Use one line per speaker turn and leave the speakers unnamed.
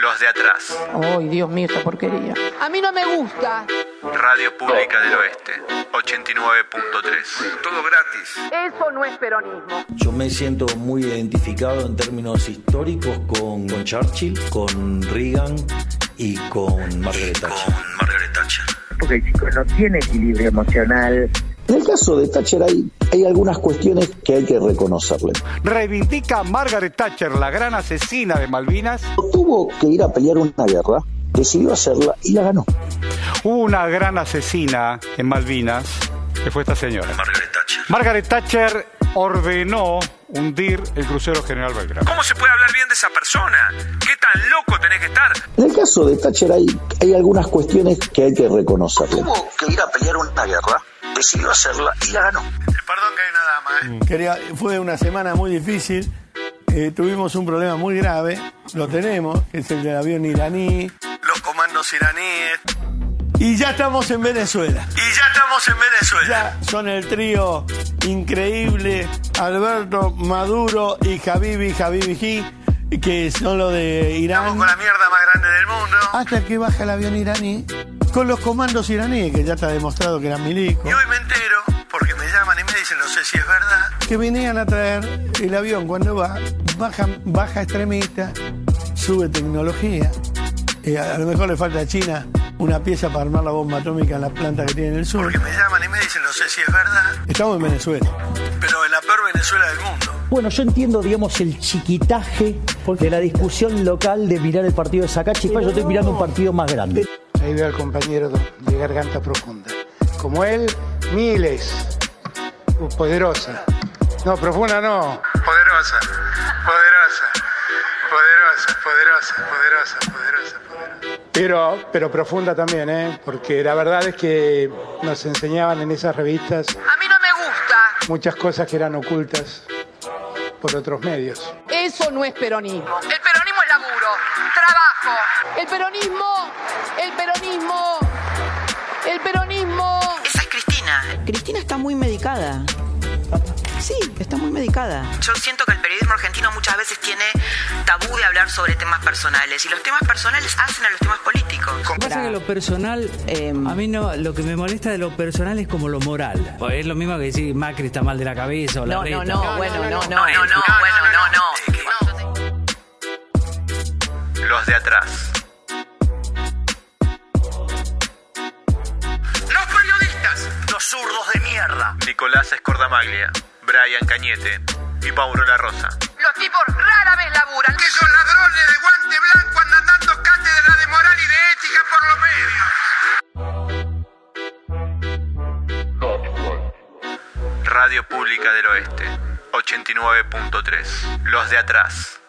Los de atrás.
Ay, Dios mío, esta porquería. A mí no me gusta.
Radio Pública del Oeste, 89.3. Todo gratis.
Eso no es peronismo.
Yo me siento muy identificado en términos históricos con, con Churchill, con Reagan y con Margaret Thatcher.
Con Margaret Thatcher.
porque el chico no tiene equilibrio emocional.
En el caso de Thatcher hay, hay algunas cuestiones que hay que reconocerle.
reivindica a Margaret Thatcher, la gran asesina de Malvinas,
Tuvo que ir a pelear una guerra, decidió hacerla y la ganó.
hubo una gran asesina en Malvinas, que fue esta señora.
Margaret Thatcher.
Margaret Thatcher ordenó hundir el crucero General Belgrano.
¿Cómo se puede hablar bien de esa persona? ¿Qué tan loco tenés que estar?
En el caso de Thatcher hay, hay algunas cuestiones que hay que reconocerle. Tuvo que ir a pelear una guerra, decidió hacerla y la ganó.
Perdón que hay una dama, ¿eh?
Quería- fue una semana muy difícil. Eh, tuvimos un problema muy grave, lo tenemos, que es el del avión iraní.
Los comandos iraníes.
Y ya estamos en Venezuela.
Y ya estamos en Venezuela.
Ya son el trío increíble, Alberto, Maduro y Javibi, Javibi G, que son los de Irán.
la mierda más grande del mundo.
Hasta que baja el avión iraní con los comandos iraníes, que ya está demostrado que eran milicos,
hoy me entero, porque me llaman y me dicen, no sé si es verdad.
que venían a traer el avión cuando va, baja, baja extremista, sube tecnología. Eh, a a lo mejor le falta a China una pieza para armar la bomba atómica en la planta que tiene en el sur.
me llaman y me dicen, no sé si es verdad.
Estamos en Venezuela.
Pero en la peor Venezuela del mundo.
Bueno, yo entiendo, digamos, el chiquitaje de la discusión local de mirar el partido de Sacachispa. Yo estoy mirando un partido más grande.
Ahí veo al compañero de garganta profunda. Como él, miles. Uh, Poderosa. No, profunda no.
Poderosa, poderosa, poderosa, poderosa, poderosa, poderosa, poderosa.
Pero, pero profunda también, ¿eh? Porque la verdad es que nos enseñaban en esas revistas
A mí no me gusta.
muchas cosas que eran ocultas por otros medios.
Eso no es peronismo. El peronismo es laburo, trabajo. El peronismo, el peronismo, el peronismo.
Esa es Cristina. Cristina está muy medicada. Sí, está muy medicada. Yo siento que el periodismo argentino muchas veces tiene tabú de hablar sobre temas personales. Y los temas personales hacen a los temas políticos.
Pasa que lo personal, a mí no, lo que me molesta de lo personal es como lo moral. O Pues Es lo mismo que decir Macri está mal de la cabeza o la
No, no,
reta.
no, bueno, no, no, no, no, bueno, no, no.
Los de atrás. Los periodistas, los zurdos de mierda. Nicolás Escordamaglia, Brian Cañete y Mauro La Rosa.
Los tipos rara vez laburan.
Esos ladrones de guante blanco andan dando cátedra de moral y de ética por los medios. Radio Pública del Oeste, 89.3. Los de atrás.